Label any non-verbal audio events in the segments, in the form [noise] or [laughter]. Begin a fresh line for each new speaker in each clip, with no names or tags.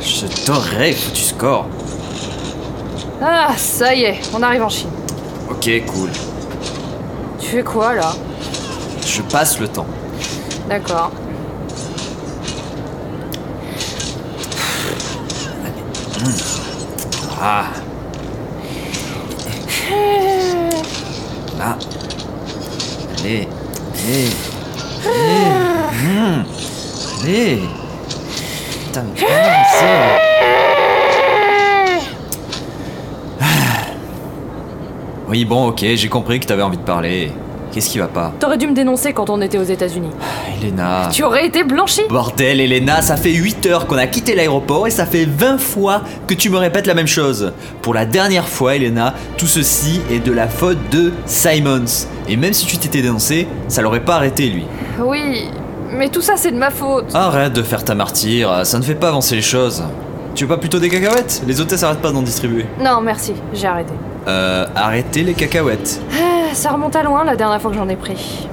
J'adorerais que tu scores.
Ah, ça y est, on arrive en Chine.
Ok, cool.
Tu fais quoi là
Je passe le temps.
D'accord.
Ah. Là. Allez. Allez. Allez. Mmh. Allez. Putain, mais comment ça Ah. Oui, bon, ok, j'ai compris que t'avais envie de parler. Qu'est-ce qui va pas
T'aurais dû me dénoncer quand on était aux États-Unis.
Elena.
Tu aurais été blanchi.
Bordel, Elena, ça fait 8 heures qu'on a quitté l'aéroport et ça fait 20 fois que tu me répètes la même chose. Pour la dernière fois, Elena, tout ceci est de la faute de Simons. Et même si tu t'étais dénoncé, ça l'aurait pas arrêté, lui.
Oui, mais tout ça c'est de ma faute.
Arrête de faire ta martyre, ça ne fait pas avancer les choses. Tu veux pas plutôt des cacahuètes Les hôtesses arrêtent pas d'en distribuer.
Non, merci, j'ai arrêté.
Euh, arrêtez les cacahuètes.
Ah, Ça remonte à loin la dernière fois que j'en ai pris.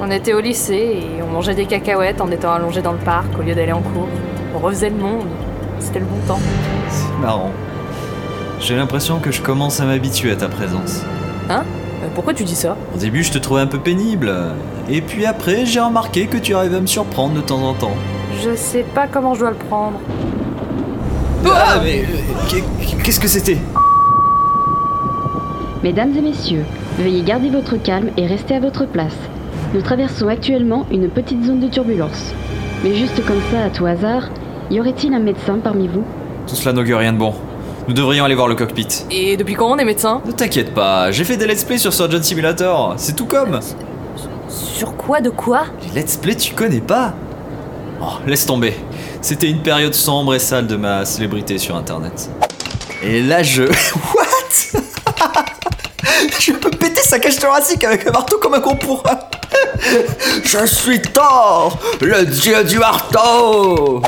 On était au lycée et on mangeait des cacahuètes en étant allongé dans le parc au lieu d'aller en cours. On refaisait le monde. C'était le bon temps.
C'est marrant. J'ai l'impression que je commence à m'habituer à ta présence.
Euh, pourquoi tu dis ça
Au début, je te trouvais un peu pénible. Et puis après, j'ai remarqué que tu arrives à me surprendre de temps en temps.
Je sais pas comment je dois le prendre.
Ah, mais euh, qu'est- qu'est-ce que c'était
Mesdames et messieurs, veuillez garder votre calme et rester à votre place. Nous traversons actuellement une petite zone de turbulence. Mais juste comme ça, à tout hasard, y aurait-il un médecin parmi vous
Tout cela n'augure rien de bon. Nous devrions aller voir le cockpit.
Et depuis quand on est médecin
Ne t'inquiète pas, j'ai fait des let's play sur Surgeon Simulator. C'est tout comme.
Sur quoi de quoi
Les let's play, tu connais pas Oh, laisse tomber. C'était une période sombre et sale de ma célébrité sur internet. Et là, je. [laughs] What [laughs] Je peux péter sa cage thoracique avec un marteau comme un con pourrin. [laughs] Je suis Thor, le dieu du marteau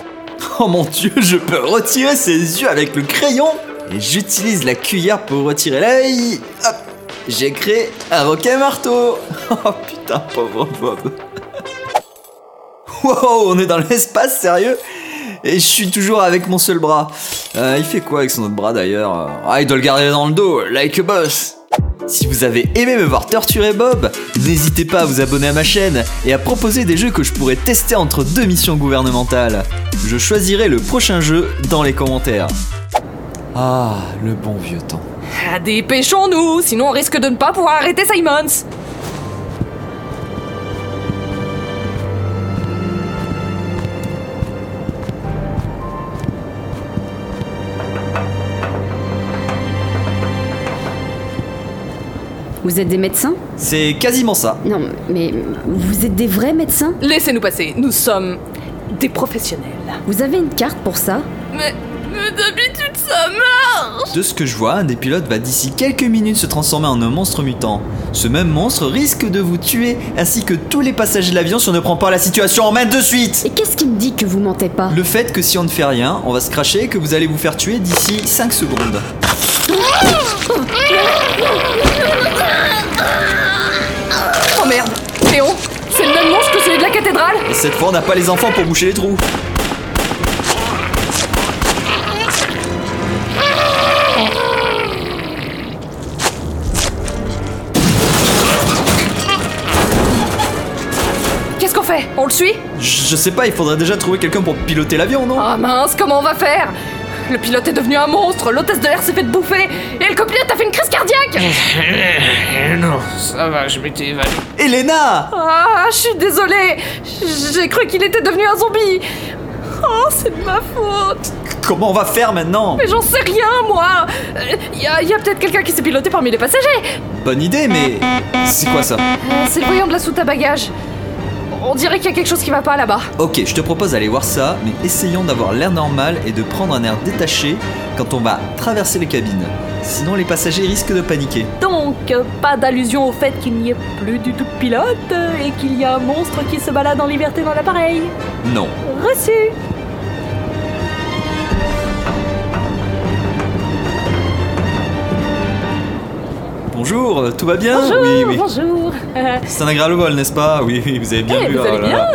Oh mon dieu, je peux retirer ses yeux avec le crayon Et j'utilise la cuillère pour retirer l'œil Hop J'ai créé un requin marteau [laughs] Oh putain, pauvre Bob [laughs] Wow, on est dans l'espace, sérieux Et je suis toujours avec mon seul bras. Euh, il fait quoi avec son autre bras d'ailleurs Ah, il doit le garder dans le dos, like a boss si vous avez aimé me voir torturer Bob, n'hésitez pas à vous abonner à ma chaîne et à proposer des jeux que je pourrais tester entre deux missions gouvernementales. Je choisirai le prochain jeu dans les commentaires. Ah, le bon vieux temps.
Ah, Dépêchons-nous, sinon on risque de ne pas pouvoir arrêter Simons.
Vous êtes des médecins
C'est quasiment ça.
Non, mais vous êtes des vrais médecins
Laissez-nous passer, nous sommes des professionnels.
Vous avez une carte pour ça
Mais, mais d'habitude ça marche
De ce que je vois, un des pilotes va d'ici quelques minutes se transformer en un monstre mutant. Ce même monstre risque de vous tuer, ainsi que tous les passagers de l'avion si on ne prend pas la situation en main de suite
Et qu'est-ce qui me dit que vous mentez pas
Le fait que si on ne fait rien, on va se cracher et que vous allez vous faire tuer d'ici 5 secondes.
Oh merde Léon, c'est le même monstre que celui de la cathédrale
Et cette fois, on n'a pas les enfants pour boucher les trous.
Qu'est-ce qu'on fait On le suit
Je je sais pas, il faudrait déjà trouver quelqu'un pour piloter l'avion, non
Ah mince, comment on va faire Le pilote est devenu un monstre, l'hôtesse de l'air s'est fait bouffer, et le copilote a fait une crise cardiaque
Eh Non, ça va, je m'étais évadé.
Elena
Ah, je suis désolée J'ai cru qu'il était devenu un zombie Oh, c'est de ma faute
Comment on va faire maintenant
Mais j'en sais rien, moi Il y a, y a peut-être quelqu'un qui s'est piloté parmi les passagers
Bonne idée, mais. C'est quoi ça
Euh, C'est le voyant de la soute à bagages. On dirait qu'il y a quelque chose qui va pas là-bas.
Ok, je te propose d'aller voir ça, mais essayons d'avoir l'air normal et de prendre un air détaché quand on va traverser les cabines. Sinon, les passagers risquent de paniquer.
Donc, euh, pas d'allusion au fait qu'il n'y ait plus du tout de pilote euh, et qu'il y a un monstre qui se balade en liberté dans l'appareil.
Non.
Reçu
Bon, Bonjour, euh, tout va bien
Bonjour,
Oui, oui.
bonjour.
C'est un agréable vol, n'est-ce pas Oui, oui, vous avez bien
Eh,
vu.
vous allez [laughs]
bien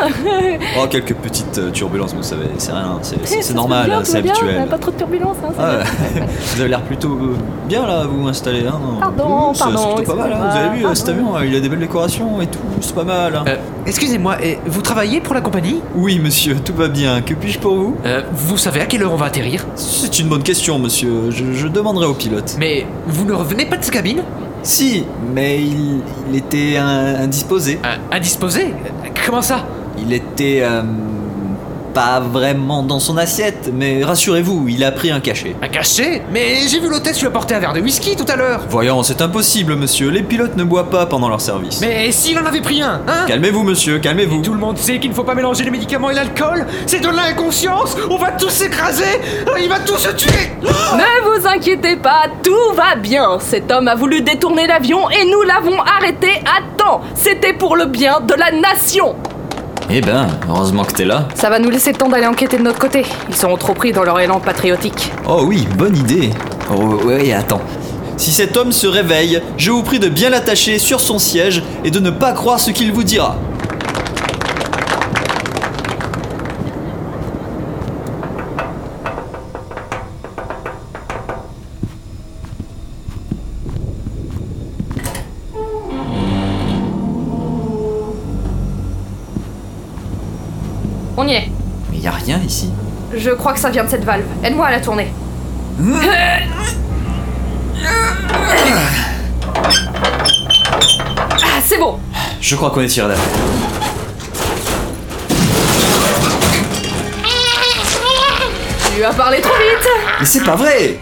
Oh, quelques petites euh, turbulences, vous savez, c'est rien, c'est-
Eh,
c'est c'est normal,
bien,
hein,
tout
c'est
va bien,
habituel.
on a Pas trop de turbulence, hein, c'est
Ah,
bien.
[laughs] vous avez l'air plutôt euh, bien là, vous installé. Hein
Pardon,
C'est-
pardon,
C'est plutôt pas mal. hein. Vous avez vu
excusez-moi.
euh, cet avion, hein, il a des belles décorations et tout, c'est pas mal. hein.
Euh, Excusez-moi, et vous travaillez pour la compagnie
Oui, monsieur, tout va bien. Que puis-je pour vous
Euh, Vous savez à quelle heure on va atterrir
C'est une bonne question, monsieur. Je, je demanderai au pilote.
Mais vous ne revenez pas de cette cabine
Si, mais il, il était euh, indisposé.
Euh, Indisposé Euh, Comment ça
Il était euh, pas vraiment dans son assiette, mais rassurez-vous, il a pris un cachet.
Un cachet Mais j'ai vu l'hôtesse lui apporter un verre de whisky tout à l'heure
Voyons, c'est impossible, monsieur. Les pilotes ne boivent pas pendant leur service.
Mais s'il en avait pris un, hein
Calmez-vous, monsieur, calmez-vous.
Tout le monde sait qu'il ne faut pas mélanger les médicaments et l'alcool C'est de l'inconscience On va tous s'écraser Ah, Il va tous se tuer
Ne vous inquiétez pas, tout va bien. Cet homme a voulu détourner l'avion et nous l'avons arrêté à temps. C'était pour le bien de la nation.
Eh ben, heureusement que t'es là.
Ça va nous laisser le temps d'aller enquêter de notre côté. Ils seront trop pris dans leur élan patriotique.
Oh oui, bonne idée. Oh, oui, attends. Si cet homme se réveille, je vous prie de bien l'attacher sur son siège et de ne pas croire ce qu'il vous dira.
On y est.
Mais y a rien ici.
Je crois que ça vient de cette valve. Aide-moi à la tourner.
Hein
Ah, c'est bon.
Je crois qu'on est tiré d'affaire.
Tu as parlé trop vite.
Mais c'est pas vrai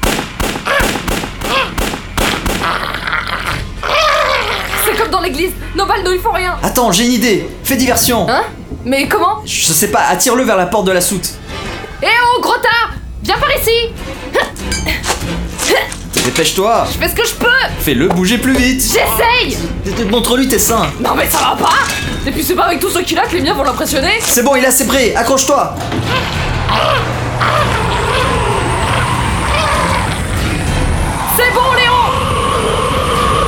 C'est comme dans l'église. Nos balles ne lui font rien.
Attends, j'ai une idée Fais diversion
Hein Mais comment
Je sais pas, attire-le vers la porte de la soute.
Eh oh, gros tard Viens par ici
Dépêche-toi
Je fais ce que je peux
Fais-le bouger plus vite
J'essaye
Montre-lui tes seins
Non mais ça va pas Et puis c'est pas avec tout ce qu'il a que les miens vont l'impressionner
C'est bon, il est assez près Accroche-toi
C'est bon, Léon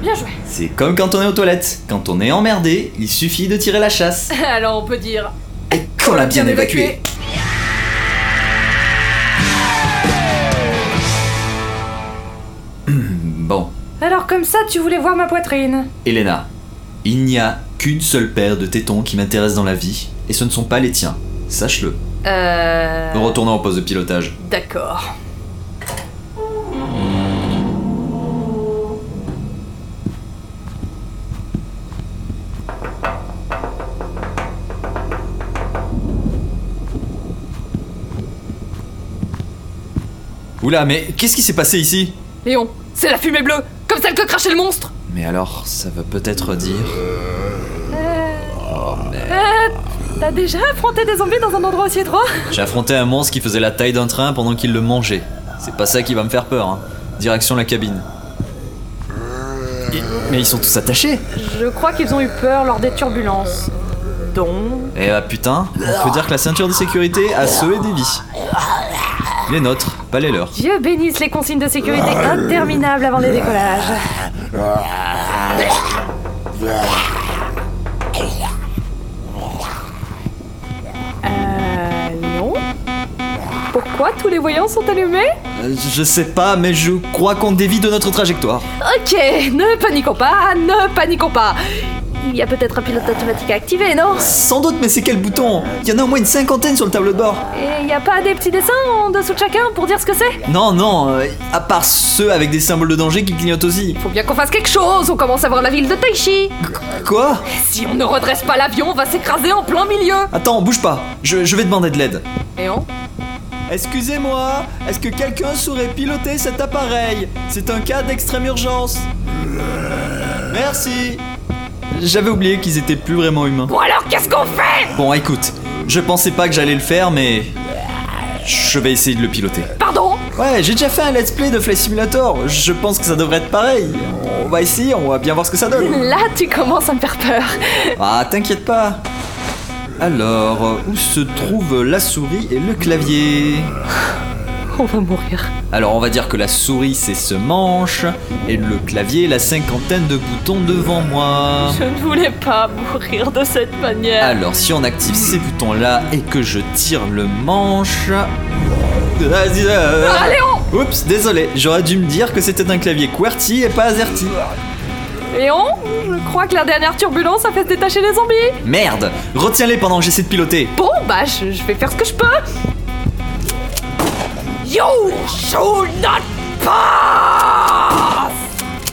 Bien joué [laughs]
C'est comme quand on est aux toilettes. Quand on est emmerdé, il suffit de tirer la chasse.
Alors on peut dire...
Et qu'on l'a bien évacué Bon,
Alors comme ça, tu voulais voir ma poitrine
Elena, il n'y a qu'une seule paire de tétons qui m'intéresse dans la vie, et ce ne sont pas les tiens. Sache-le.
Euh...
Retournons au poste de pilotage.
D'accord.
Oula, mais qu'est-ce qui s'est passé ici
Léon, c'est la fumée bleue Comme celle que crachait le monstre
Mais alors, ça veut peut-être dire.
Euh, T'as déjà affronté des zombies dans un endroit aussi étroit
J'ai affronté un monstre qui faisait la taille d'un train pendant qu'il le mangeait. C'est pas ça qui va me faire peur, hein. Direction la cabine. Et- Mais ils sont tous attachés
Je crois qu'ils ont eu peur lors des turbulences. Donc...
Eh bah putain, on peut dire que la ceinture de sécurité a sauvé des vies. Les nôtres, pas les leurs.
Dieu bénisse les consignes de sécurité interminables avant les décollages. Euh... Non Pourquoi tous les voyants sont allumés
Euh, Je sais pas, mais je crois qu'on dévie de notre trajectoire.
Ok, ne paniquons pas, ne paniquons pas Il y a peut-être un pilote automatique à activer, non
Sans doute, mais c'est quel bouton Il y en a au moins une cinquantaine sur le tableau de bord.
Et il n'y a pas des petits dessins en dessous de chacun pour dire ce que c'est
Non, non, euh, à part ceux avec des symboles de danger qui clignotent aussi.
Faut bien qu'on fasse quelque chose, on commence à voir la ville de Taichi
Quoi
Si on ne redresse pas l'avion, on va s'écraser en plein milieu
Attends, bouge pas, je, je vais demander de l'aide.
Et on
Excusez-moi, est-ce que quelqu'un saurait piloter cet appareil C'est un cas d'extrême urgence. Merci. J'avais oublié qu'ils étaient plus vraiment humains.
Bon alors, qu'est-ce qu'on fait
Bon, écoute, je pensais pas que j'allais le faire, mais. Je vais essayer de le piloter.
Pardon
Ouais, j'ai déjà fait un let's play de Flight Simulator. Je pense que ça devrait être pareil. On va essayer, on va bien voir ce que ça donne.
[laughs] [laughs] Là, tu commences à me faire peur.
Ah, t'inquiète pas. Alors, où se trouvent la souris et le clavier
qu'on va mourir.
Alors on va dire que la souris c'est ce manche et le clavier la cinquantaine de boutons devant moi.
Je ne voulais pas mourir de cette manière.
Alors si on active ces boutons là et que je tire le manche... Vas-y, euh,
Ah, Léon
Oups, désolé, j'aurais dû me dire que c'était un clavier QWERTY et pas AZERTY.
Léon Je crois que la dernière turbulence a fait se détacher les zombies.
Merde Retiens-les pendant que j'essaie de piloter
Bon, bah, je, je vais faire ce que je peux. You should not pass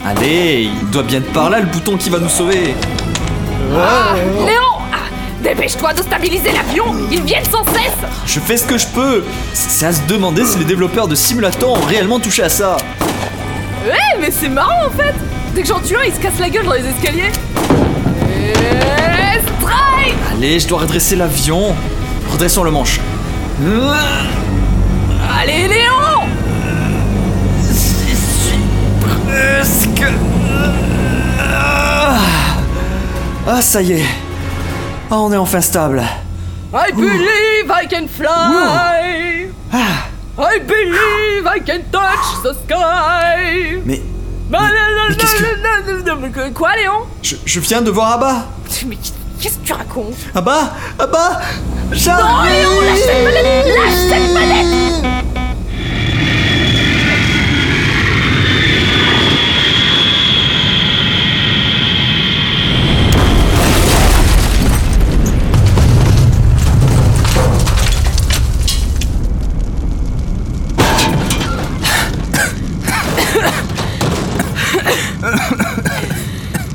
Allez, il doit bien être par là le bouton qui va nous sauver
Léon ah, Dépêche-toi de stabiliser l'avion Ils viennent sans cesse
Je fais ce que je peux C'est à se demander si les développeurs de simulateurs ont réellement touché à ça
Ouais, mais c'est marrant en fait Dès que j'en tue un, il se casse la gueule dans les escaliers. Et strike
Allez, je dois redresser l'avion Redressons le manche
Allez, Léon
Presque Ah, Ah, ça y est Ah, on est enfin stable
I believe I can fly
Ah,
I believe I can touch the sky
Mais...
Bah, la, la,
mais qu'est-ce que-
la, la, la, la, Quoi, Léon
Je, je viens de voir Abba
Mais qu'est-ce que tu racontes
Abba Abba J'arrive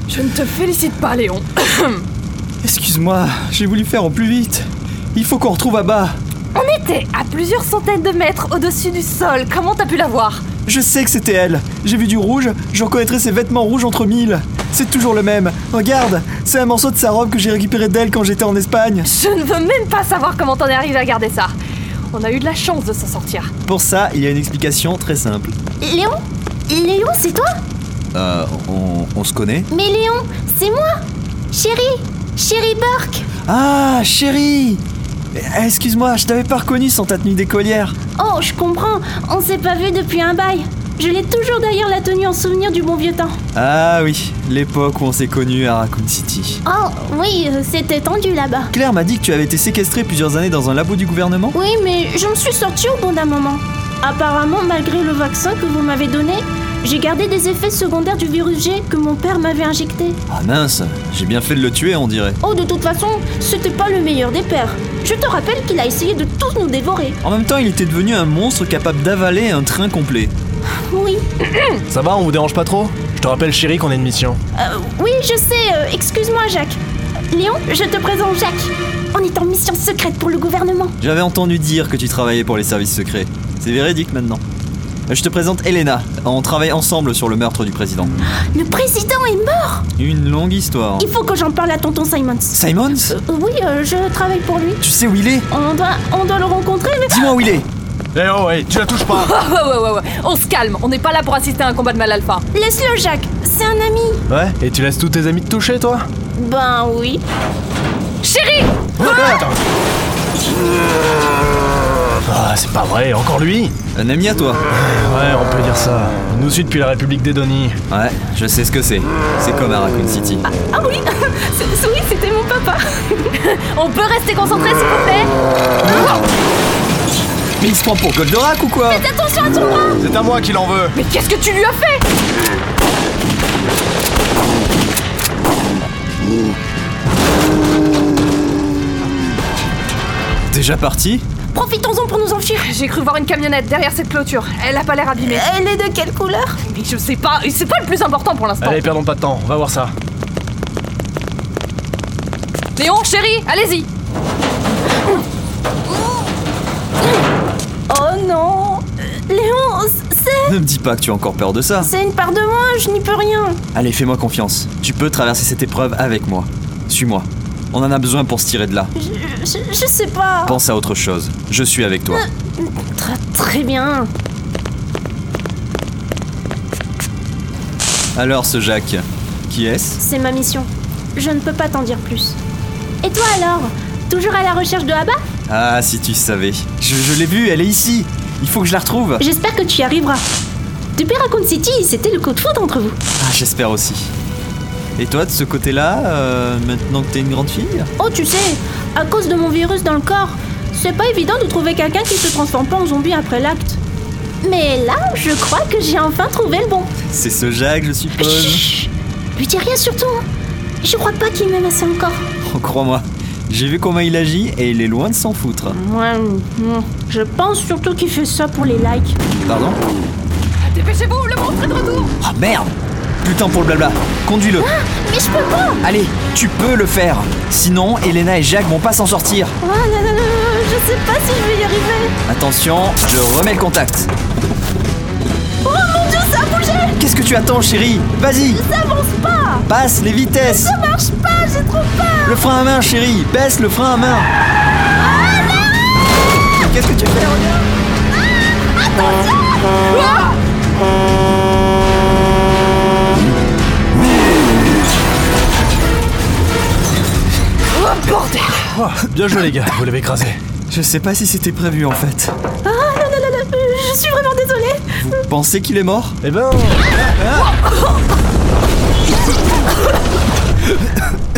Je ne te félicite pas, Léon.
Excuse-moi, j'ai voulu faire au plus vite. Il faut qu'on retrouve Abba.
On était à plusieurs centaines de mètres au-dessus du sol. Comment t'as pu la voir
Je sais que c'était elle. J'ai vu du rouge, je reconnaîtrai ses vêtements rouges entre mille. C'est toujours le même. Regarde, c'est un morceau de sa robe que j'ai récupéré d'elle quand j'étais en Espagne.
Je ne veux même pas savoir comment t'en es arrivé à garder ça. On a eu de la chance de s'en sortir.
Pour ça, il y a une explication très simple.
Léon Léon, c'est toi
Euh, on, on se connaît
Mais Léon, c'est moi Chérie Chérie Burke
Ah, chérie Eh, Excuse-moi, je t'avais pas reconnu sans ta tenue d'écolière.
Oh, je comprends, on s'est pas vu depuis un bail. Je l'ai toujours d'ailleurs la tenue en souvenir du bon vieux temps.
Ah oui, l'époque où on s'est connus à Raccoon City.
Oh, oui, euh, c'était tendu là-bas.
Claire m'a dit que tu avais été séquestrée plusieurs années dans un labo du gouvernement
Oui, mais je me suis sortie au bon d'un moment. Apparemment, malgré le vaccin que vous m'avez donné, j'ai gardé des effets secondaires du virus G que mon père m'avait injecté.
Ah mince, j'ai bien fait de le tuer, on dirait.
Oh, de toute façon, c'était pas le meilleur des pères. Je te rappelle qu'il a essayé de tous nous dévorer.
En même temps, il était devenu un monstre capable d'avaler un train complet.
Oui.
Ça va, on vous dérange pas trop Je te rappelle, chérie, qu'on est une mission.
Euh, oui, je sais, euh, excuse-moi, Jacques. Léon, je te présente Jacques. On est en mission secrète pour le gouvernement.
J'avais entendu dire que tu travaillais pour les services secrets. C'est véridique maintenant. Je te présente Elena. On travaille ensemble sur le meurtre du président.
Le président est mort
Une longue histoire.
Il faut que j'en parle à tonton Simons.
Simons
Euh, oui, euh, je travaille pour lui.
Tu sais où il est
On doit, on doit le rencontrer, mais...
Dis-moi où il est
Eh oh, ouais, tu la touches pas
Ah ouais, ouais, ouais, ouais. On se calme. On n'est pas là pour assister à un combat de mal alpha.
Laisse-le, Jacques. C'est un ami.
Ouais, et tu laisses tous tes amis te toucher, toi
Ben oui.
Chérie
Ah, c'est pas vrai, encore lui
Un ami à toi
Ouais, on peut dire ça. Il nous suit depuis la République des Donnies.
Ouais, je sais ce que c'est. C'est comme à Raccoon City.
Ah oui C'est- Oui, c'était mon papa. [laughs] On peut rester concentré, s'il vous plaît
Mais il se prend pour Goldorak ou quoi
Attention à ton bras
C'est à moi qu'il en veut
Mais qu'est-ce que tu lui as fait
Déjà parti
Profitons-en pour nous enfuir.
J'ai cru voir une camionnette derrière cette clôture. Elle a pas l'air abîmée.
Elle est de quelle couleur
Mais je sais pas. C'est pas le plus important pour l'instant.
Allez, perdons pas de temps, on va voir ça.
Léon, chérie, allez-y.
Oh non Léon, c'est...
Ne me dis pas que tu as encore peur de ça.
C'est une part de moi, je n'y peux rien.
Allez, fais-moi confiance. Tu peux traverser cette épreuve avec moi. Suis-moi. On en a besoin pour se tirer de là.
Je, je- je sais pas.
Pense à autre chose. Je suis avec toi.
Très, très bien.
Alors, ce Jacques, qui est-ce
C'est ma mission. Je ne peux pas t'en dire plus. Et toi alors Toujours à la recherche de Abba
Ah, si tu savais. Je, je l'ai vue, elle est ici. Il faut que je la retrouve.
J'espère que tu y arriveras. Depuis Raccoon City, c'était le coup de foudre entre vous.
Ah, j'espère aussi. Et toi, de ce côté-là, euh, maintenant que t'es une grande fille
Oh, tu sais, à cause de mon virus dans le corps, c'est pas évident de trouver quelqu'un qui se transforme pas en zombie après l'acte. Mais là, je crois que j'ai enfin trouvé le bon.
C'est ce Jacques, je suppose.
Chut Lui dis rien surtout. hein. Je crois pas qu'il m'aime assez encore.
Oh, Crois-moi, j'ai vu comment il agit et il est loin de s'en foutre.
Ouais, mm, je pense surtout qu'il fait ça pour les likes.
Pardon
Dépêchez-vous, le monstre est de retour
Oh merde Putain pour le blabla, conduis-le.
Mais je peux pas
Allez, tu peux le faire. Sinon, Elena et Jacques vont pas s'en sortir.
Oh là là là là, Je sais pas si je vais y arriver.
Attention, je remets le contact.
Oh mon dieu, ça a bougé
Qu'est-ce que tu attends, chérie Vas-y,
Ça avance pas
passe les vitesses.
Ça marche pas, j'ai trop peur
Le frein à main, chérie Baisse le frein à main Qu'est-ce que tu fais Regarde
Oh, Bien joué, les gars, vous l'avez écrasé.
Je sais pas si c'était prévu en fait.
Ah là là là là, euh, je suis vraiment désolée
Vous pensez qu'il est mort
Eh ben.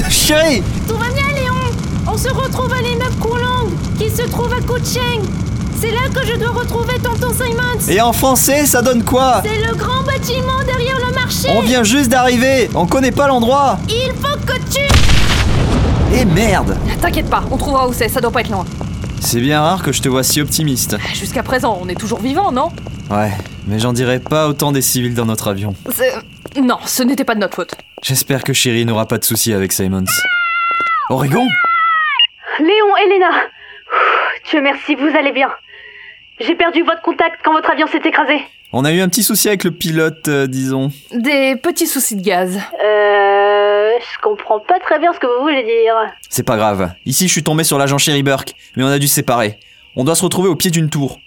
Chérie
Tout va bien, Léon On se retrouve à l'immeuble Courland, qui se trouve à Kucheng C'est là que je dois retrouver Tonton Simons
Et en français, ça donne quoi
C'est le grand bâtiment derrière le marché
On vient juste d'arriver On connaît pas l'endroit
Il faut que tu...
Et merde
T'inquiète pas, on trouvera où c'est, ça doit pas être loin.
C'est bien rare que je te vois si optimiste.
Jusqu'à présent, on est toujours vivant, non
Ouais, mais j'en dirais pas autant des civils dans notre avion.
C'est- Non, ce n'était pas de notre faute.
J'espère que Chérie n'aura pas de soucis avec Simons. Oregon
Léon, Elena Ouh, Dieu merci, vous allez bien. J'ai perdu votre contact quand votre avion s'est écrasé.
On a eu un petit souci avec le pilote, euh, disons.
Des petits soucis de gaz.
Euh. Je comprends pas très bien ce que vous voulez dire.
C'est pas grave. Ici, je suis tombé sur l'agent Sherry Burke, mais on a dû se séparer. On doit se retrouver au pied d'une tour.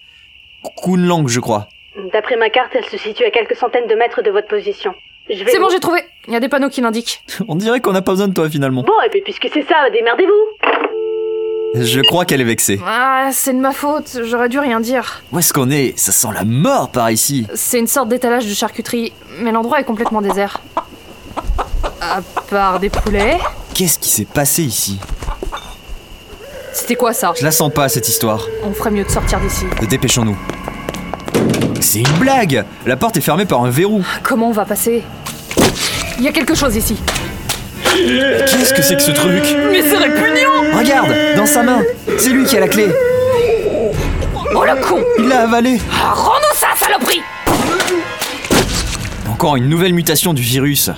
Kunlang, je crois. [laughs]
D'après ma carte, elle se situe à quelques centaines de mètres de votre position. Je vais.
C'est bon,
vous-
j'ai trouvé. Il y a des panneaux qui l'indiquent.
On dirait qu'on n'a pas besoin de toi finalement.
Bon, et puis puisque c'est ça, démerdez-vous
Je crois qu'elle est vexée.
Ah, c'est de ma faute, j'aurais dû rien dire.
Où est-ce qu'on est Ça sent la mort par ici.
C'est une sorte d'étalage de charcuterie, mais l'endroit est complètement désert. À part des poulets.
Qu'est-ce qui s'est passé ici
C'était quoi ça
Je la sens pas cette histoire.
On ferait mieux de sortir d'ici.
Dépêchons-nous. C'est une blague La porte est fermée par un verrou.
Comment on va passer Il y a quelque chose ici.
Qu'est-ce que c'est que ce truc
Mais c'est répugnant
Regarde, dans sa main. C'est lui qui a la clé.
Oh le con
Il l'a avalé.
Ah, Rends-nous ça, saloperie
Encore une nouvelle mutation du virus.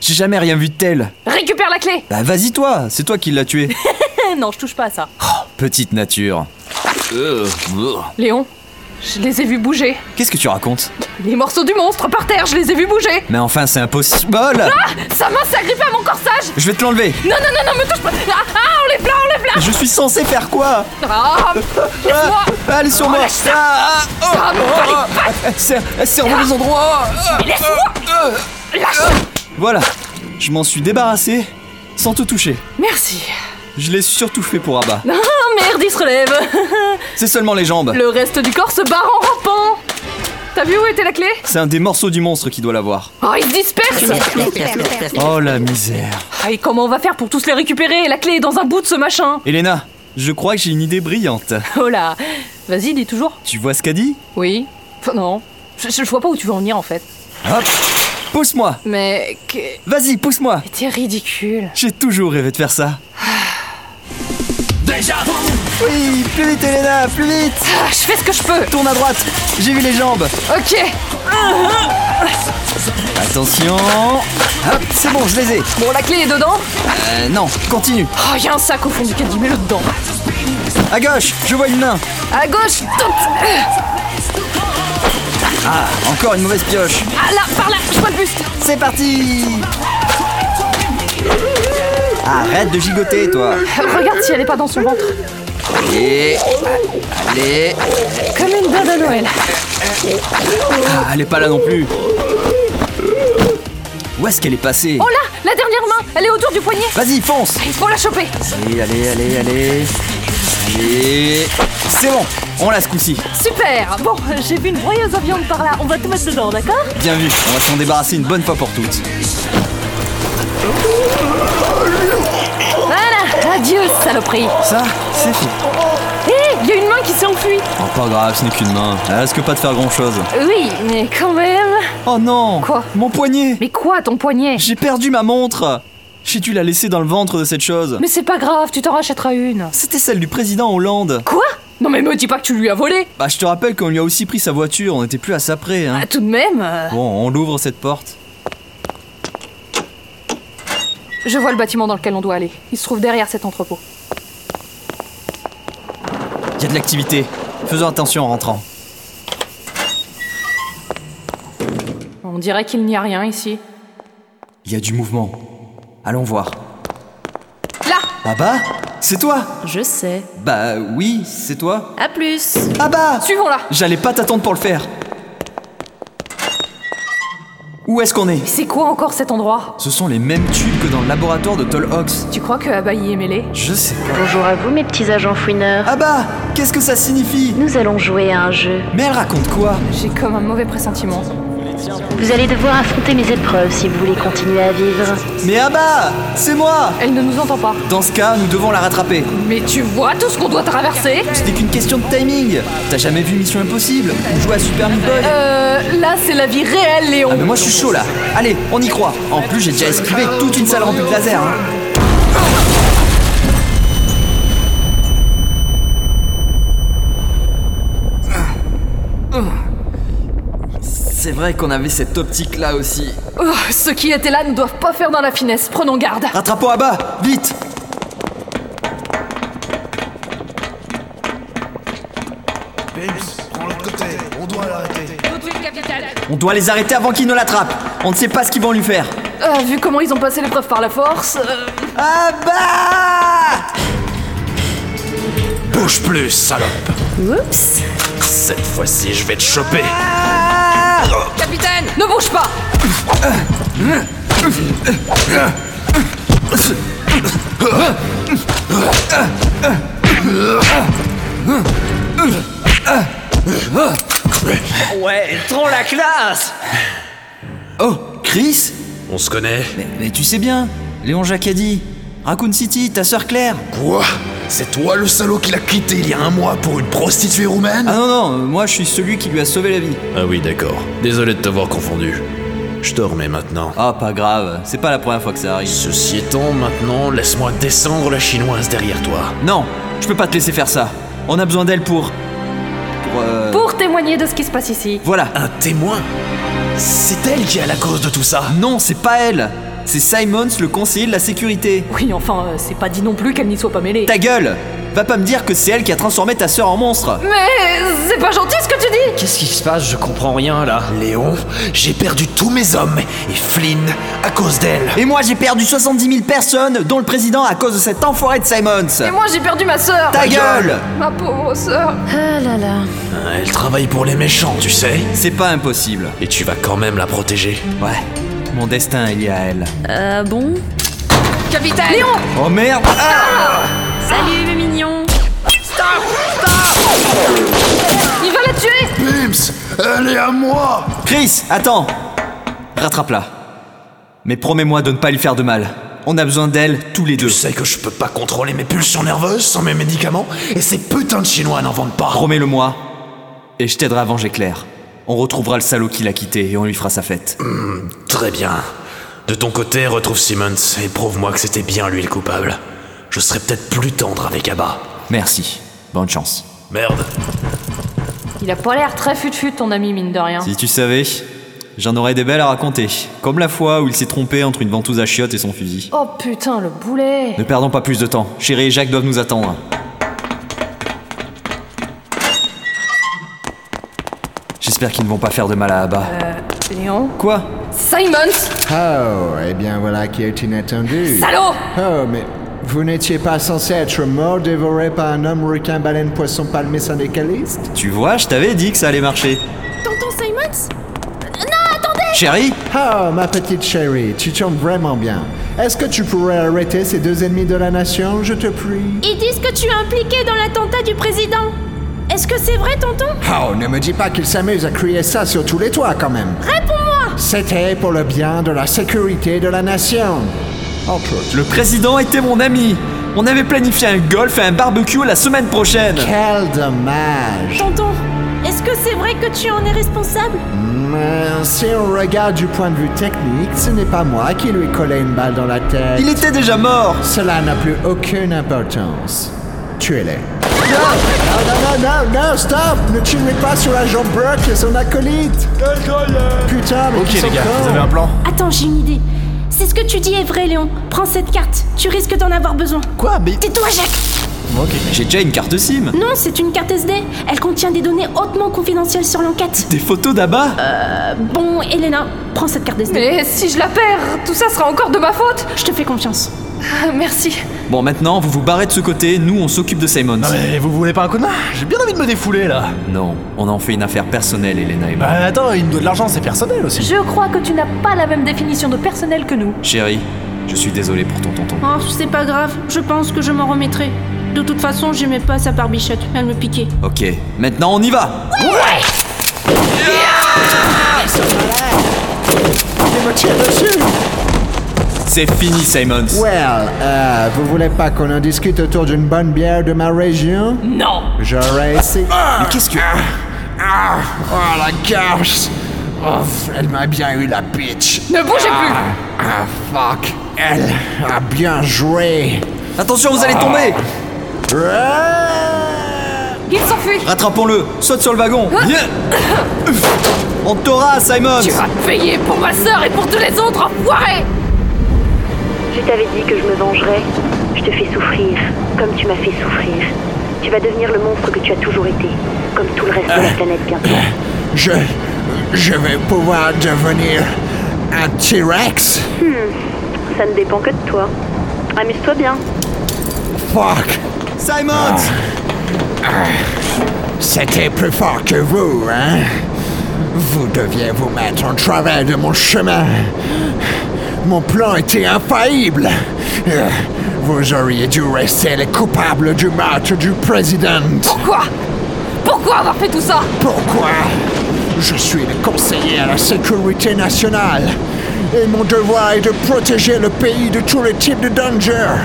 J'ai jamais rien vu de tel.
Récupère la clé
Bah vas-y toi, c'est toi qui l'as tué. Oh,
Eh Non, je touche pas à ça.
Petite nature.
Léon, je les ai vus bouger.
Qu'est-ce que tu racontes
Les morceaux du monstre par terre, je les ai vus bouger
Mais enfin, c'est impossible. Bol
Sa main s'est agrippée à mon corsage
Je vais te l'enlever.
Non, non, non, non, me touche pas Ah, ah, enlève-la, enlève-la
Je suis censé faire quoi
Ah, laisse-moi
Ah, Elle est sur moi. Ah, ah, oh,
Ah, mon
oh,
palais
ah, elle serre- elle serre dans les endroits. Ah,
Mais laisse-moi
Voilà, je m'en suis débarrassé sans te toucher.
Merci.
Je l'ai surtout fait pour Abba.
Ah, merde, il se relève
C'est seulement les jambes.
Le reste du corps se barre en rampant T'as vu où était la clé
C'est un des morceaux du monstre qui doit l'avoir.
Oh, ils se dispersent
Oh la misère.
Ah, Et comment on va faire pour tous les récupérer La clé est dans un bout de ce machin
Elena, je crois que j'ai une idée brillante.
Oh là Vas-y, dis toujours.
Tu vois ce qu'a dit
Oui. Enfin, Non. Je, je- je vois pas où tu veux en venir, en fait.
Hop Pousse-moi
Mais... que-
Vas-y, pousse-moi
Mais t'es ridicule
J'ai toujours rêvé de faire ça.
Ah.
Oui, plus vite Elena, plus vite
Ah, Je fais ce que je peux
Tourne à droite J'ai vu les jambes
Ok
Attention Hop, c'est bon, je les ai
Bon, la clé est dedans.
Euh, non, continue
Oh, y a un sac au fond duquel il mets-le dedans.
À gauche, je vois une main
À gauche, tout
Ah, encore une mauvaise pioche
Ah là, par là, je vois le buste
C'est parti Arrête de gigoter, toi
Euh, Regarde si elle est pas dans son ventre.
Allez Allez
Comme une dinde à Noël.
Ah, Elle est pas là non plus Où est-ce qu'elle est passée
Oh là, la dernière main, elle est autour du poignet.
Vas-y, fonce
Il faut la choper.
Allez, allez, allez, allez Allez, c'est bon, on l'a ce coup-ci.
Super Bon, euh, j'ai vu une broyeuse à viande par là, on va te mettre dedans, d'accord
Bien vu, on va s'en débarrasser une bonne fois pour toutes.
Voilà Adieu, saloperie
Ça, c'est fini.
Hé Il y a une main qui s'est enfuie
Oh, pas grave, ce n'est qu'une main. Elle risque pas de faire grand-chose.
Oui, mais quand même
Oh non
Quoi
Mon poignet
Mais quoi, ton poignet
J'ai perdu ma montre J'ai dû la laisser dans le ventre de cette chose.
Mais c'est pas grave, tu t'en rachèteras une
C'était celle du président Hollande.
Quoi Non mais me dis pas que tu lui as volé
Bah, je te rappelle qu'on lui a aussi pris sa voiture, on n'était plus à ça près, hein.
Ah, Tout de même euh,
Bon, on l'ouvre cette porte.
Je vois le bâtiment dans lequel on doit aller. Il se trouve derrière cet entrepôt.
Il y a de l'activité. Faisons attention en rentrant.
On dirait qu'il n'y a rien ici.
Il y a du mouvement. Allons voir.
Là
Ah bah C'est toi
Je sais.
Bah oui, c'est toi.
À plus.
Ah bah
Suivons-la
J'allais pas t'attendre pour le faire. Où est-ce qu'on est
C'est quoi encore cet endroit
Ce sont les mêmes tubes que dans le laboratoire de Toll Ox.
Tu crois que Abba y est mêlé
Je sais pas.
Bonjour à vous mes petits agents fouineurs.
Ah bah Qu'est-ce que ça signifie
Nous allons jouer à un jeu.
Mais elle raconte quoi
J'ai comme un mauvais pressentiment.
Vous allez devoir affronter mes épreuves si vous voulez continuer à vivre.
Mais ah bah C'est moi
Elle ne nous entend pas.
Dans ce cas, nous devons la rattraper.
Mais tu vois tout ce qu'on doit traverser
C'était qu'une question de timing. T'as jamais vu Mission Impossible ou joué à Super Meat Boy
Euh. Là, c'est la vie réelle, Léon.
Ah mais moi je suis chaud là. Allez, on y croit. En plus, j'ai déjà esquivé toute une salle remplie de laser. hein. C'est vrai qu'on avait cette optique là aussi.
Oh, ceux qui étaient là ne doivent pas faire dans la finesse. Prenons garde.
Rattrapons à bas, vite On doit les arrêter avant qu'ils ne l'attrapent. On ne sait pas ce qu'ils vont lui faire.
Euh, vu comment ils ont passé l'épreuve par la force. euh,
À bas
Bouge plus, salope
Oups.
Cette fois-ci, je vais te choper
Capitaine, ne bouge pas
Ouais, trop la classe
Oh, Chris
On se connaît
mais, mais tu sais bien, Léon Jacques a dit. Raccoon City, ta sœur Claire.
Quoi C'est toi le salaud qui l'a quitté il y a un mois pour une prostituée roumaine
Ah non, non, moi je suis celui qui lui a sauvé la vie.
Ah oui, d'accord. Désolé de t'avoir confondu. Je te remets maintenant.
Ah, pas grave, c'est pas la première fois que ça arrive.
Ceci étant, maintenant, laisse-moi descendre la chinoise derrière toi.
Non, je peux pas te laisser faire ça. On a besoin d'elle pour. Pour. euh,
Pour témoigner de ce qui se passe ici.
Voilà.
Un témoin C'est elle qui est à la cause de tout ça
Non, c'est pas elle. C'est Simons, le conseiller de la sécurité.
Oui, enfin, euh, c'est pas dit non plus qu'elle n'y soit pas mêlée.
Ta gueule Va pas me dire que c'est elle qui a transformé ta sœur en monstre.
Mais c'est pas gentil ce que tu dis
Qu'est-ce qui se passe Je comprends rien là.
Léon, j'ai perdu tous mes hommes et Flynn à cause d'elle.
Et moi j'ai perdu 70 000 personnes, dont le président à cause de cet enfoiré de Simons.
Et moi j'ai perdu ma sœur
Ta gueule
Ma pauvre sœur
Ah là là.
Elle travaille pour les méchants, tu sais.
C'est pas impossible.
Et tu vas quand même la protéger.
Ouais, mon destin est lié à elle.
Euh, bon.
Capitaine Léon
Oh merde
Salut mes mignons.
Il va la tuer
Bims, elle est à moi
Chris, attends Rattrape-la. Mais promets-moi de ne pas lui faire de mal. On a besoin d'elle, tous les deux.
Tu sais que je peux pas contrôler mes pulsions nerveuses sans mes médicaments, et ces putains de Chinois n'en vendent pas.
Promets-le-moi, et je t'aiderai à venger Claire. On retrouvera le salaud qui l'a quitté et on lui fera sa fête.
Très bien. De ton côté, retrouve Simmons et prouve-moi que c'était bien lui le coupable. Je serais peut-être plus tendre avec Abba.
Merci. Bonne chance.
Merde.
Il a pas l'air très fut-fut, ton ami, mine de rien.
Si tu savais, j'en aurais des belles à raconter. Comme la fois où il s'est trompé entre une ventouse à chiottes et son fusil.
Oh putain, le boulet
Ne perdons pas plus de temps. Chérie et Jacques doivent nous attendre. J'espère qu'ils ne vont pas faire de mal à Abba.
Léon
Quoi
Simons
Oh, eh bien voilà qui est inattendu.
Salaud
Oh, mais vous n'étiez pas censé être mort dévoré par un homme requin baleine poisson palmé syndicaliste
Tu vois, je t'avais dit que ça allait marcher.
Tonton Simons Euh, Non, attendez
Chérie
Ah, ma petite chérie, tu chantes vraiment bien. Est-ce que tu pourrais arrêter ces deux ennemis de la nation, je te prie
Ils disent que tu es impliqué dans l'attentat du président. Est-ce que c'est vrai, tonton
Oh, ne me dis pas qu'ils s'amusent à crier ça sur tous les toits quand même.
Réponds-moi
C'était pour le bien de la sécurité de la nation. Oh, Entre autres.
Le président était mon ami. On avait planifié un golf et un barbecue la semaine prochaine.
Quel dommage.
Tonton, est-ce que c'est vrai que tu en es responsable
Mais Hum, si on regarde du point de vue technique, ce n'est pas moi qui lui collais une balle dans la tête.
Il était déjà mort.
Cela n'a plus aucune importance. Tuez-les. Non, non, non, non, stop Ne tuez pas sur la jambe Burke et son acolyte Putain, mais
Ok
qui
les
sont
gars,
cons
vous avez un plan
Attends, j'ai une idée. C'est ce que tu dis est vrai, Léon. Prends cette carte. Tu risques d'en avoir besoin.
Quoi Mais.
Tais-toi, Jacques
Ok. J'ai déjà une carte SIM.
Non, c'est une carte SD. Elle contient des données hautement confidentielles sur l'enquête.
Des photos d'abat
Euh. Bon, Elena, prends cette carte SD.
Mais si je la perds, tout ça sera encore de ma faute
Je te fais confiance.
Ah, Merci.
Bon, maintenant, vous vous barrez de ce côté, nous on s'occupe de Simon.
Non mais vous voulez pas un coup de main J'ai bien envie de me défouler là
Non, on en fait une affaire personnelle, Elena et moi.
Bah attends, il me doit de l'argent, c'est personnel aussi
Je crois que tu n'as pas la même définition de personnel que nous.
Bah.
Chérie, je suis désolé pour ton tonton.
Oh, c'est pas grave. Je pense que je m'en remettrai. De toute façon, j'aimais pas sa barbichette. Elle me piquait.
Ok, maintenant on y va
Il me tire dessus
C'est fini, Simons
Well, euh, vous voulez pas qu'on en discute autour d'une bonne bière de ma région
Non
J'aurais essayé...
Mais qu'est-ce que...
Ah, oh la
Garce Oh, elle m'a bien eu la bitch
Ne bougez plus
Ah, fuck Elle a bien joué
Attention, vous allez tomber
Il s'enfuit
Rattrapons-le Saute sur le wagon Viens On t'aura, Simons
Tu vas payer pour ma sœur et pour tous les autres enfoirés
Je t'avais dit que je me vengerais. Je te fais souffrir, comme tu m'as fait souffrir. Tu vas devenir le monstre que tu as toujours été, comme tout le reste de la
Ah.
planète bientôt.
Je... Je vais pouvoir devenir... un T-Rex
Hmm, ça ne dépend que de toi. Amuse-toi bien.
Fuck
Simons
C'était plus fort que vous, hein Vous deviez vous mettre en travers de mon chemin. Mon plan était infaillible. Euh, Vous auriez dû rester les coupables du meurtre du président.
Pourquoi Pourquoi avoir fait tout ça
Pourquoi Je suis le conseiller à la sécurité nationale. Et mon devoir est de protéger le pays de tous les types de dangers.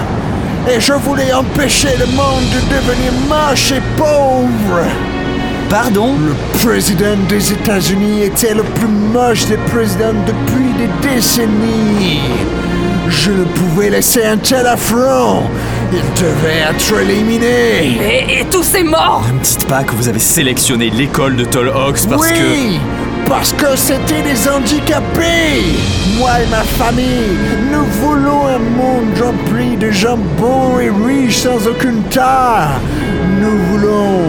Et je voulais empêcher le monde de devenir moche et pauvre.
Pardon
Le président des États-Unis était le plus moche des présidents depuis des décennies. Je ne pouvais laisser un tel affront. Il devait être éliminé.
et, et tous ces morts
Ne me dites pas que vous avez sélectionné l'école de Toll Hawks parce que...
oui, parce que c'était des handicapés. Moi et ma famille, nous voulons un monde rempli de gens bons et riches sans aucune tare. Nous voulons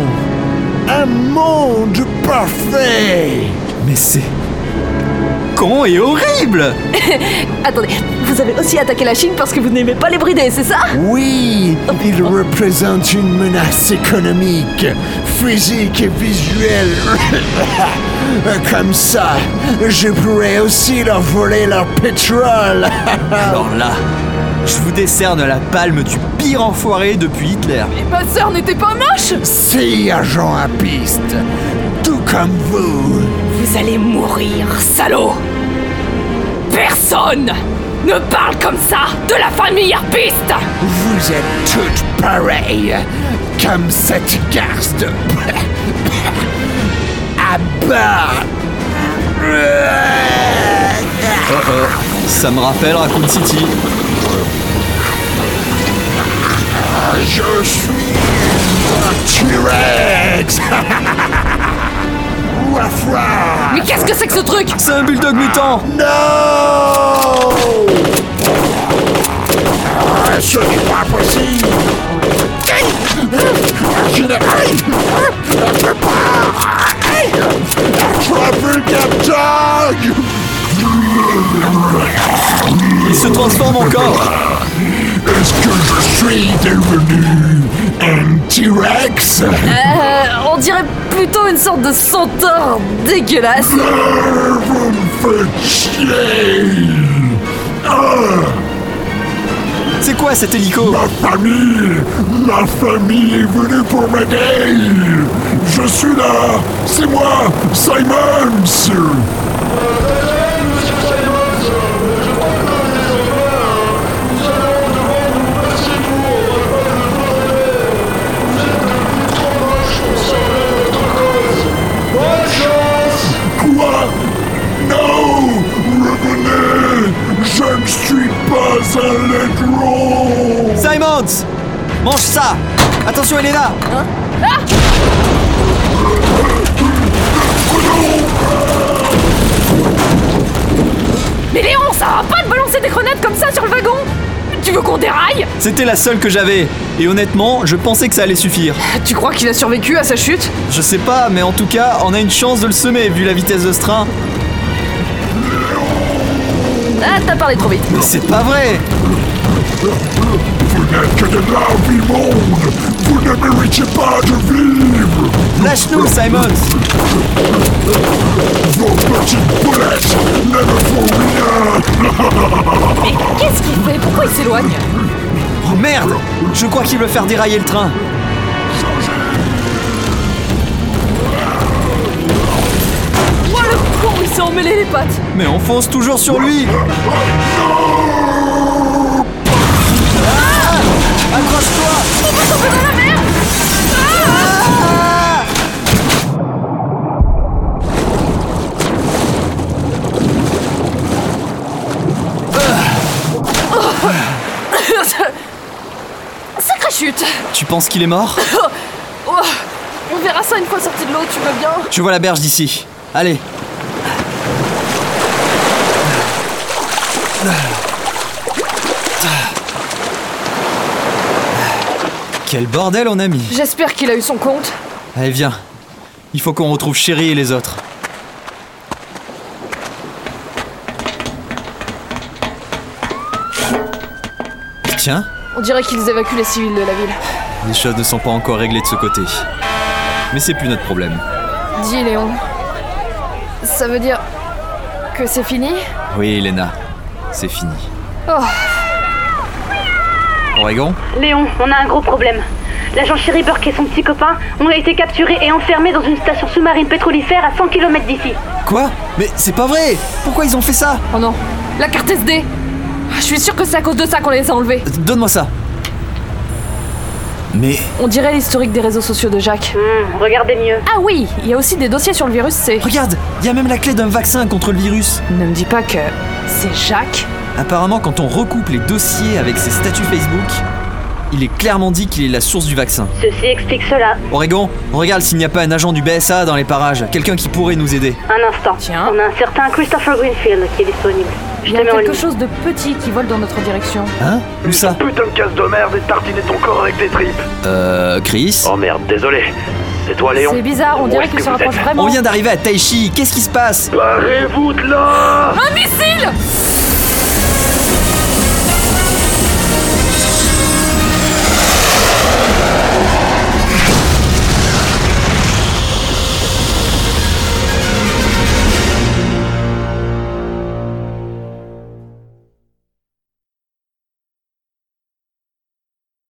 un monde parfait.
Mais c'est... Con et horrible
Attendez, vous avez aussi attaqué la Chine parce que vous n'aimez pas les bridés, c'est ça
Oui, il représente une menace économique, physique et visuelle. [laughs] Comme ça, je pourrais aussi leur voler leur pétrole. [laughs]
Alors là, je vous décerne la palme du pire enfoiré depuis Hitler.
Et ma sœur n'était pas moche
si, agent à piste, tout comme vous.
Vous allez mourir, salaud Personne ne parle comme ça de la famille harpiste
Vous êtes toutes pareilles, comme cette garce de... [laughs] à bas.
Oh oh, ça me rappelle Raccoon City.
Je suis un T-Rex [laughs] Ouaf, ouaf.
Mais qu'est-ce que c'est que ce truc
C'est un bulldog mutant
Non Ah, Ce n'est pas possible Je ne... Aïe Je peux pas Aïe Attrape le dog
Il se transforme encore
Est-ce que je suis devenu un T-Rex
Euh, on dirait plutôt une sorte de centaure dégueulasse.
Vous me faites chier Ah!
C'est quoi cet hélico
Ma famille Ma famille est venue pour m'aider Je suis là C'est moi, Simons Quoi Non Revenez Je ne suis pas un ladron
Simons Mange ça Attention, Elena
Mais Léon, ça va pas de balancer des grenades comme ça sur le wagon Tu veux qu'on déraille
C'était la seule que j'avais. Et honnêtement, je pensais que ça allait suffire.
Tu crois qu'il a survécu à sa chute
Je sais pas, mais en tout cas, on a une chance de le semer vu la vitesse de ce train.
Ah, t'as parlé trop vite.
Mais c'est pas vrai
Vous n'êtes que de larves immondes Vous ne méritez pas de vivre
Lâche-nous, Simons
Vos petites boulettes ne me font rien
Mais qu'est-ce qu'il fait Pourquoi il s'éloigne
Oh merde Je crois qu'il veut faire dérailler le train.
Oh le con, il s'est emmêlé les pattes [laughs]
Mais on fonce toujours sur lui
On va tomber dans la mer Sacrée chute
Tu penses qu'il est mort
Oh, On verra ça une fois sorti de l'eau, tu veux bien
Je vois la berge d'ici. Allez Quel bordel on a mis
J'espère qu'il a eu son compte.
Allez, viens. Il faut qu'on retrouve Chéri et les autres. Tiens,
On dirait qu'ils évacuent les civils de la ville.
les choses ne sont pas encore réglées de ce côté. Mais c'est plus notre problème.
Dis Léon, ça veut dire que c'est fini
Oui, Elena, c'est fini.
Oh,
Oregon
Léon, on a un gros problème. L'agent Sherry Burke et son petit copain ont été capturés et enfermés dans une station sous-marine pétrolifère à 100 km d'ici.
Quoi Mais c'est pas vrai Pourquoi ils ont fait ça
oh non, la carte SD Je suis sûre que c'est à cause de ça qu'on les a enlevés.
Donne-moi ça. Mais
On dirait l'historique des réseaux sociaux de Jacques.
Hmm, regardez mieux.
Ah oui, il y a aussi des dossiers sur le virus C.
regarde, il y a même la clé d'un vaccin contre le virus.
Ne me dis pas que c'est Jacques.
Apparemment, quand on recoupe les dossiers avec ses statuts Facebook, il est clairement dit qu'il est la source du vaccin.
Ceci explique cela.
Oregon, regarde s'il n'y a pas un agent du BSA dans les parages, quelqu'un qui pourrait nous aider.
Un instant.
Tiens.
On a un certain Christopher Greenfield qui est disponible. Je
Il
te
y a
mets en
quelque
ligne.
chose de petit qui vole dans notre direction.
Hein Où ça
Putain de casse de merde et tartiner ton corps avec tes tripes.
Euh, Chris
Oh merde, désolé. C'est toi, Léon.
C'est bizarre, on dirait qu'il se rapproche vraiment.
On vient d'arriver à Taichi, qu'est-ce qui se passe
Barrez-vous de là
Un missile